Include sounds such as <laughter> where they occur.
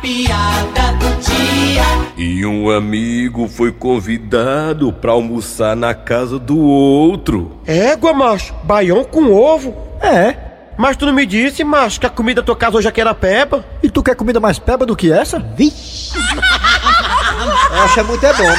piada do dia. E um amigo foi convidado pra almoçar na casa do outro. Égua, macho, baião com ovo? É. Mas tu não me disse, macho, que a comida da tua casa hoje aqui era peba? <laughs> E tu quer comida mais peba do que essa? Acha muito é bom, mas